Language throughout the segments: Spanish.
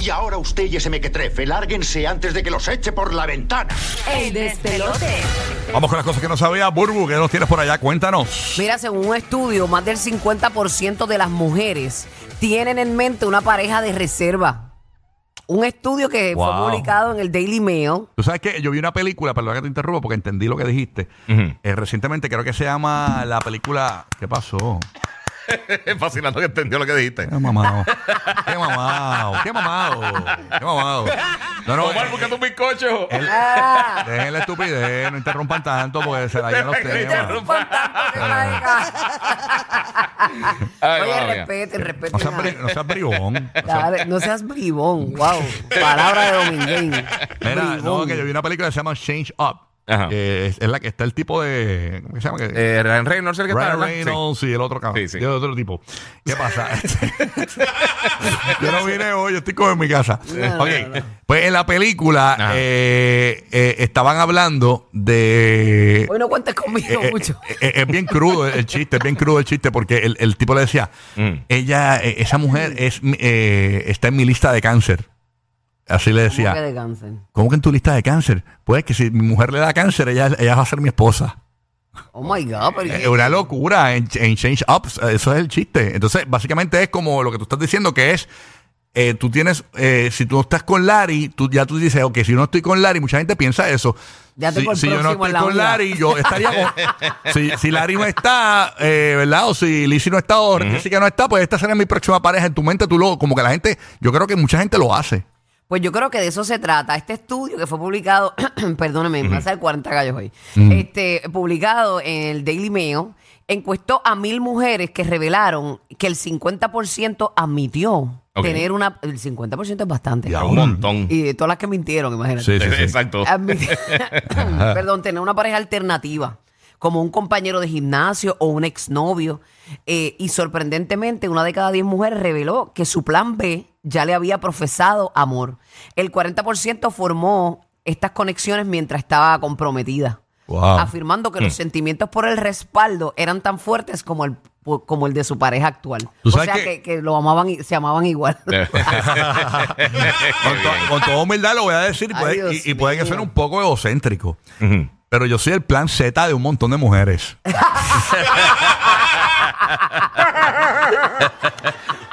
Y ahora usted y ese mequetrefe, lárguense antes de que los eche por la ventana. El despelote. Vamos con las cosas que no sabía. Burbu, ¿qué nos tienes por allá? Cuéntanos. Mira, según un estudio, más del 50% de las mujeres tienen en mente una pareja de reserva. Un estudio que Wow. fue publicado en el Daily Mail. Tú sabes que yo vi una película, perdón que te interrumpo porque entendí lo que dijiste. Eh, recientemente creo que se llama la película. ¿Qué pasó? Es fascinante que entendió lo que dijiste. Qué mamado. Qué mamado. Qué mamado. Qué mamado. No, no. Omar, eh, busca tu bizcocho. el- Ah, dejen la estupidez, no interrumpan tanto porque se la llenan los Deja que temas. interrumpa. por tanto que traiga. Ay, Oye, madre mía. respeten, respeten. No seas, a- bri- no seas bribón. No seas- Dale, no seas bribón, wow. Palabra de Dominguín. Mira, no, Bribón. que yo vi una película que se llama Change Up. Ajá. que es, es la que está el tipo de. ¿Cómo se llama? Que- Eh, Ryan Reynolds, el que está Ryan ¿verdad? Sí. Reynolds y el otro cabrón. Sí, sí. Y el otro tipo. ¿Qué pasa? yo no vine hoy, yo estoy como en mi casa. no, ok. no, no. Pues en la película Ajá. eh, eh, estaban hablando de. Hoy no cuentes eh, conmigo eh, mucho. eh, eh, es bien crudo el chiste, es bien crudo el chiste, porque el, el tipo le decía, Mm. ella, eh, esa Mm. mujer es mi- eh, está en mi lista de cáncer. Así le Como decía. que de cáncer. ¿Cómo que en tu lista de cáncer? Pues que si mi mujer le da cáncer, ella, ella va a ser mi esposa. Oh my God, pero Eh, una locura en, en Change Ups, eh, eso es el chiste. Entonces, básicamente es como lo que tú estás diciendo, que es, eh, tú tienes, eh, si tú no estás con Larry, tú, ya tú dices, ok, si yo no estoy con Larry, mucha gente piensa eso. Ya si tengo el si yo no próximo en estoy la con vida. Larry, yo estaría con... si, si Larry no está, eh, ¿verdad? O si Lizzie no está, o Jessica no está, pues esta será mi próxima pareja en tu mente, tú lo, como que la gente, yo creo que mucha gente lo hace. Pues yo creo que de eso se trata. Este estudio que fue publicado, perdóname, me pasa de 40 gallos hoy. Este, publicado en el Daily Mail, encuestó a mil mujeres que revelaron que el 50% admitió Ok. tener una. El 50% es bastante. Ya, Un montón. Y de todas las que mintieron, imagínate. Sí, sí, sí. Exacto. Admiti- Ah, Perdón, tener una pareja alternativa, como un compañero de gimnasio o un exnovio. Eh, y sorprendentemente, una de cada diez mujeres reveló que su plan B ya le había profesado amor. El 40% formó estas conexiones mientras estaba comprometida, Wow. Hmm. afirmando que los sentimientos por el respaldo eran tan fuertes como el como el de su pareja actual. Tú O sabes sea que, que- que lo amaban y se amaban igual. con, to- con toda humildad lo voy a decir y Ay, puede, Dios y- y puede que mío. suene un poco egocéntrico. Ujú. Pero yo soy el plan Z de un montón de mujeres.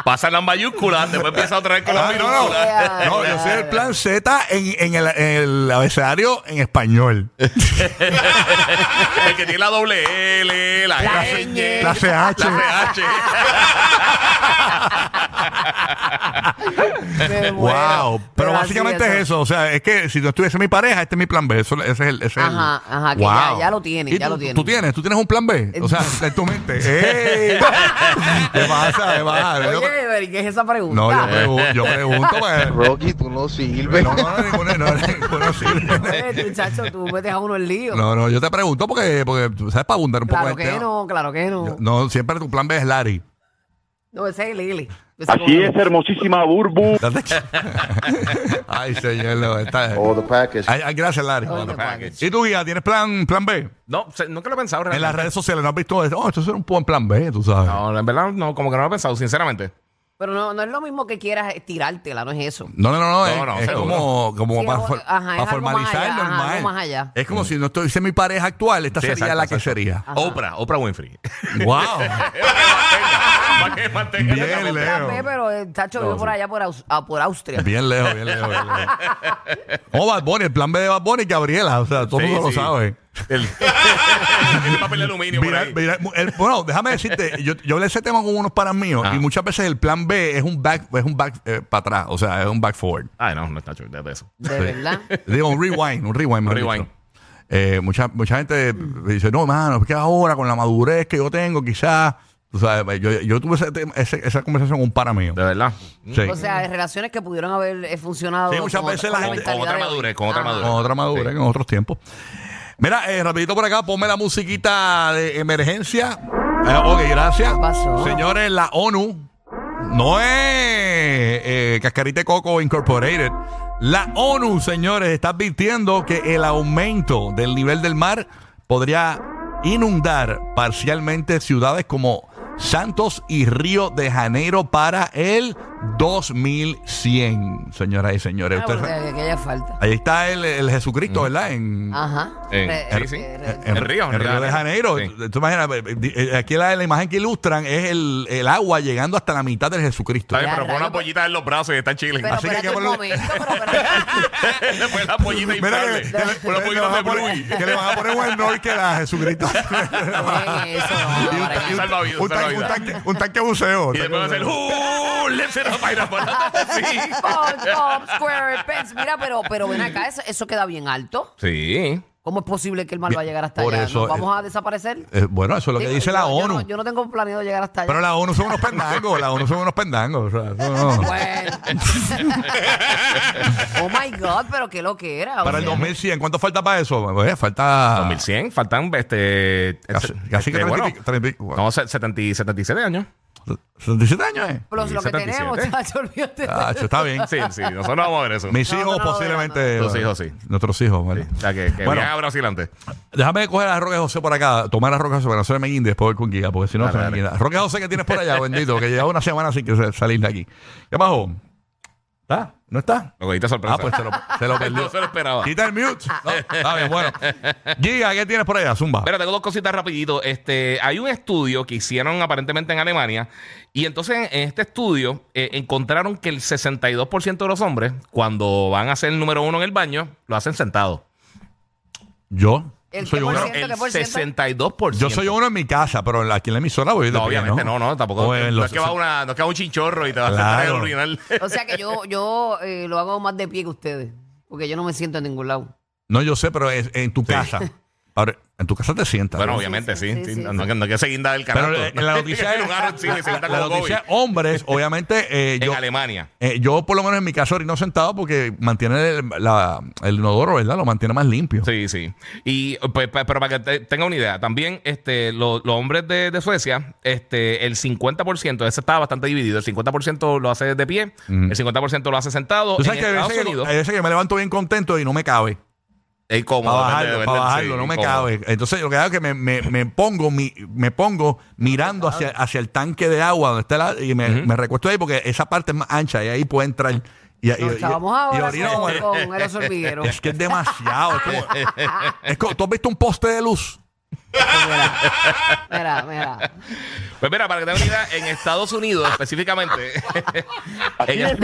Pasan las mayúsculas, después empieza otra vez con las Ah, no, no. minúsculas. No, yo soy el plan Z en, en el, en el abecedario en español. El que tiene la doble L, la, La ñ, ñ. La CH. la CH. Me muero. Wow. Pero, así básicamente es. es eso. O sea, es que si no estuviese mi pareja, este es mi plan B. Eso, ese es el. ese es el- Ajá, ajá, que ya- ya lo tienes, ¿Y ya tú, lo tienes. Tú tienes, tú tienes un plan B. O sea, en tu mente. ¡Ey! ¿Qué pasa? ¿Qué pasa? Yo- Oye, Ever, ¿qué es esa pregunta? No, yo, pregun- yo pregunto, pues. Rocky, tú no sirves. No, no, no, ninguno, no, ninguno sirve. Eh, muchacho, tú metes a uno en lío. Pues, No, no, yo te pregunto porque, porque tú sabes para abundar un poco claro del que tema. no, claro que no. Yo- no. no, siempre tu plan B es Larry. ese es Lili. Ese Así como- es, hermosísima Burbu. Date ch- Ay, señor, no, está- All Oh, the package. Ay, ay, gracias, Larry. All Oh, the package. ¿Y tú, guía, tienes plan, plan B? No, se- nunca lo he pensado En las realmente. redes sociales, ¿no has visto esto? Oh, esto es un buen plan B, tú sabes. No, en verdad, no, como que no lo he pensado, sinceramente. Pero no, no es lo mismo que quieras estirártela, no es eso. No, no, no, no, No, es, no, es seguro. como, como Sí, para, es- for- ajá, es para algo más formalizar allá, ajá, normal. algo más allá. Es como si no estuviese mi pareja actual, esta Sí, sería exacto, la que exacto. sería. Oprah, Oprah Winfrey. Ah. ¡Wow! Para que mantenga. Bien, Para que mantenga. Leo. Plan B, pero el Tacho vive por allá, por, Aus- ah, por Austria. Bien lejos, bien lejos. Bien lejos. Como Bad Bunny, el plan B de Bad Bunny, Gabriela. O sea, todo el Sí, mundo sí. lo sabe. El, el papel de aluminio por Mira, ahí. mira, el- bueno, déjame decirte, yo, yo hablé ese tema con unos panas míos Ah. y muchas veces el plan B es un back, es un back eh, para atrás, o sea, es un back forward. Ay, no, no está chulo, de eso. De verdad. Digo, un rewind, un rewind. mejor Rewind. dicho. Eh, mucha, mucha gente dice, no, mano, es que ahora con la madurez que yo tengo, quizás Tú sabes, yo, yo tuve ese tema- ese- esa conversación con un pana mío. De verdad. Sí. O sea, de relaciones que pudieron haber eh, funcionado. Sí, muchas con veces otra- la con gente- Con otra mentalidad de hoy. madurez, con otra Ajá. madurez. con otra madurez que en otros tiempos. Mira, eh, rapidito por acá, ponme la musiquita de emergencia. Eh, ok, gracias. ¿Qué pasó? Señores, la ONU no es eh, Cascarita de Coco Incorporated. La ONU, señores, está advirtiendo que el aumento del nivel del mar podría inundar parcialmente ciudades como Santos y Río de Janeiro para el 2100, señoras y señores. Ah, Ustedes- porque que haya falta. Ahí está el, el Jesucristo, ¿verdad? En, Ajá. Eh, Re- sí, sí. re- re- en- Mm. en Río, en Río de Janeiro. Sí. Tú imaginas, eh, eh, aquí la, la imagen que ilustran es el, el agua llegando hasta la mitad del Jesucristo. Está bien, Ya, pero pon rayo, pues. una pollita en los brazos y está en Chile. Pero pues, ah. Así que hay espérate que un ponerle- momento, pero espérate. Después la pollita inflable. Una le pollita van de a poner- Bluey. que le van a poner un snorkel a Jesucristo. Eh, eso no, Y un para ta- y un- Salvavidas, un tanque- salvavidas. un tanque- Un tanque buceo. Y después va a hacer, ¡Uh! ¡Let's set up Ira Palata". Sí. SpongeBob SquarePants. Mira, pero, pero ven acá, eso, eso queda bien alto. Sí. ¿Cómo es posible que el mar va a llegar hasta Por allá? eso, ¿Nos vamos eh, a desaparecer? Eh, bueno, eso es lo que Digo, dice yo- la yo ONU. no- Yo no tengo planeado llegar hasta allá. Pero la ONU son unos pendangos. La ONU son unos pendangos. o sea, eso no. Bueno. oh my God, pero qué lo que era. Para el 2100, ¿cuánto falta para eso? Pues, falta... Ah. 2100, faltan este. Casi- este, casi que este, treinta y pico- treinta y pico. No, se- 70 y 77 años. 77 años, ¿eh? Los, lo que 77. tenemos, chacho, olvídate. Ah, eso está bien. Sí, sí, nosotros no vamos a ver eso. Mis No, hijos no, no, posiblemente. no, no. Tus hijos, sí. Nuestros hijos, Sí, bueno. o sea, que, que Bueno. viaja a Brasil antes. Déjame coger a Roque José por acá, tomar a Roque José para no se me guinde después voy con Giga, porque si no Dale, se me dale. guinda. Roque José que tienes por allá, bendito, que lleva una semana sin que se- salir de aquí. ¿Qué pasó? ¿Está? ¿No está? Lo cogiste sorpresa. Ah, pues se lo, se lo no perdió. se lo esperaba. Quita el mute. No, está bien, bueno. Giga, ¿qué tienes por allá? Zumba. Pero tengo dos cositas rapidito. Este, hay un estudio que hicieron aparentemente en Alemania y entonces en este estudio eh, encontraron que el 62% de los hombres cuando van a ser el número uno en el baño lo hacen sentado. Yo ¿El soy qué uno. por ciento? El ¿qué por ciento? 62%. Yo soy uno en mi casa, pero en la- aquí en la emisora voy de No, pie, obviamente no, no, tampoco. O en no, los- es que va una, no es que va un chinchorro y te vas a sentar Claro. a orinar. O sea que yo, yo eh, lo hago más de pie que ustedes. Porque yo no me siento en ningún lado. No, yo sé, pero es en tu casa. Ahora, en tu casa te sientas. Bueno, ¿no? obviamente, sí. sí, sí, sí, sí, no, sí. no, no hay que se guinda del carajo. Pero eh, en la noticia en, es, lugar, sí, se sienta la como noticia es Kobe. hombres, obviamente, eh, en yo, Alemania. eh, yo por lo menos en mi caso orino sentado porque mantiene el, la- el inodoro, ¿verdad? Lo mantiene más limpio. Sí, sí. Y pues, pa- pero para que te- tenga una idea, también este, lo- los hombres de, de Suecia, este, el 50%, ese estaba bastante dividido, el 50% lo hace de pie, el 50% lo hace sentado. Tú sabes en que hay Estados veces que, Unidos, hay veces que me levanto bien contento y no me cabe. es cómodo. Para depende- bajarlo, depende- para sí, bajarlo, no me cómodo. cabe. Entonces lo que hago es que me, me- me pongo, mi- me pongo mirando hacia, hacia el tanque de agua donde está la, y me, me recuesto ahí porque esa parte es más ancha y ahí puedo entrar. Y, y- y- Nos estábamos y ahora orino con, como- con el oso hormiguero. Es que es demasiado. es como- es como- ¿Tú has visto un poste de luz? Mira, mira. Pues mira, para que te una idea, en Estados Unidos específicamente. ella-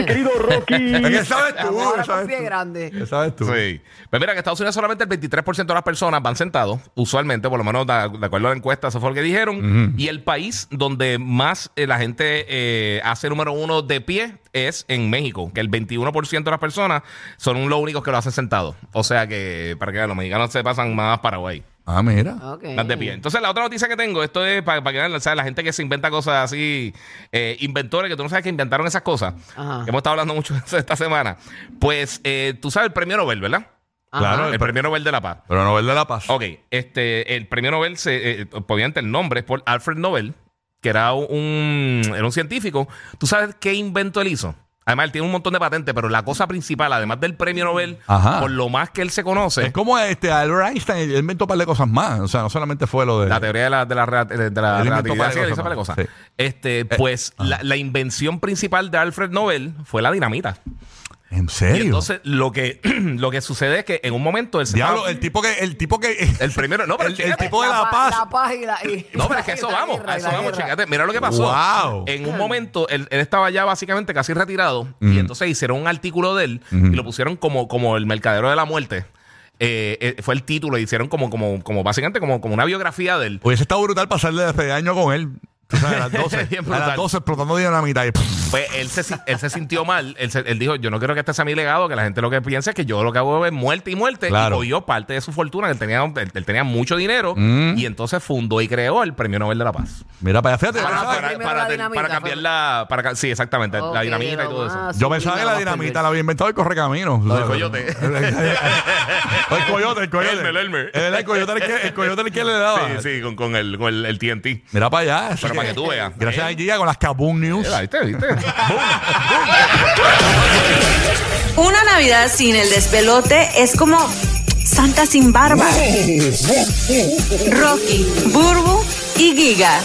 ¿Qué sabes tú? Estamos ahora ¿Sabes con pie tú? grande. ¿Qué sabes tú? Sí. Pues mira, que en Estados Unidos solamente el 23% de las personas van sentados, usualmente, por lo menos de, de acuerdo a la encuesta, eso fue lo que dijeron. Y el país donde más eh, la gente eh, hace número uno de pie es en México, que el 21% de las personas son los únicos que lo hacen sentados. O sea que, para que vean, los mexicanos se pasan más Paraguay. Ah, mira. Ok. Las de pie. Entonces, la otra noticia que tengo, esto es para, para que vean, o sea, la gente que se inventa cosas así, eh, inventores, que tú no sabes que inventaron esas cosas. Ajá. Hemos estado hablando mucho de eso esta semana. Pues, eh, tú sabes el premio Nobel, ¿verdad? Ajá. Claro. El, premio Nobel de la Paz. Pero Nobel de la Paz. Ok, este, el premio Nobel, se, eh, obviamente el nombre es por Alfred Nobel, que era un, era un científico. ¿Tú sabes qué invento él hizo? Además, él tiene un montón de patentes, pero la cosa principal, además del premio Nobel, Ajá. por lo más que él se conoce, Es como este Albert Einstein, él inventó un par de cosas más. O sea, no solamente fue lo de. la teoría de la, de la, rea- de la Él inventó relatividad, varias sí, cosas él Eh, hizo varias más. cosas. Este, pues la, la invención principal de Alfred Nobel fue la dinamita. ¿En Y serio? entonces lo que, lo que sucede es que en un momento él se Diablo, estaba- el tipo que. El tipo que. el primero, no, pero el, el fíjate. tipo de La la pa- Paz. La paz y la. y- No, pero es que a y eso la vamos, guerra, a y eso la vamos, guerra. chingate. Mira lo que pasó. Wow. En un momento, él, él estaba ya básicamente casi retirado y entonces hicieron un artículo de él y lo pusieron como, como el mercadero de la muerte. Eh, eh, fue el título, hicieron como, como, como básicamente como, como una biografía de él. Hubiese estado brutal pasarle de año con él. Tú sabes, a las 12. Bien a brutal. las 12 explotando dinamita y pff, Pues él se, si- él se sintió mal. Él, se- él dijo: Yo no quiero que este sea mi legado, que la gente lo que piensa es que yo lo que hago es muerte y muerte. Claro. Y cogió parte de su fortuna, que él tenía, él, él tenía mucho dinero. Y entonces fundó y creó el Premio Nobel de la Paz. Mira para allá, fíjate. Ah, Para, fue para- primero para- la dinamita, para cambiar fue- la. Para, ca- sí, exactamente. Ok, la dinamita y lo todo eso. más yo pensaba que la sublime, lo más dinamita la había inventado el correcamino. No, el coyote. el coyote, el coyote. Elmer, Elmer. Él era El, coyote era el, que, el coyote era el que le daba. Sí, sí, con, con el, con el, el TNT. Mira para allá. Así Pero para que tú veas. Gracias a Gia con las Kaboom News. Mira, ¿Viste? ¿Viste? Una Navidad sin el despelote es como Santa sin barba. Rocky, Burbu y Giga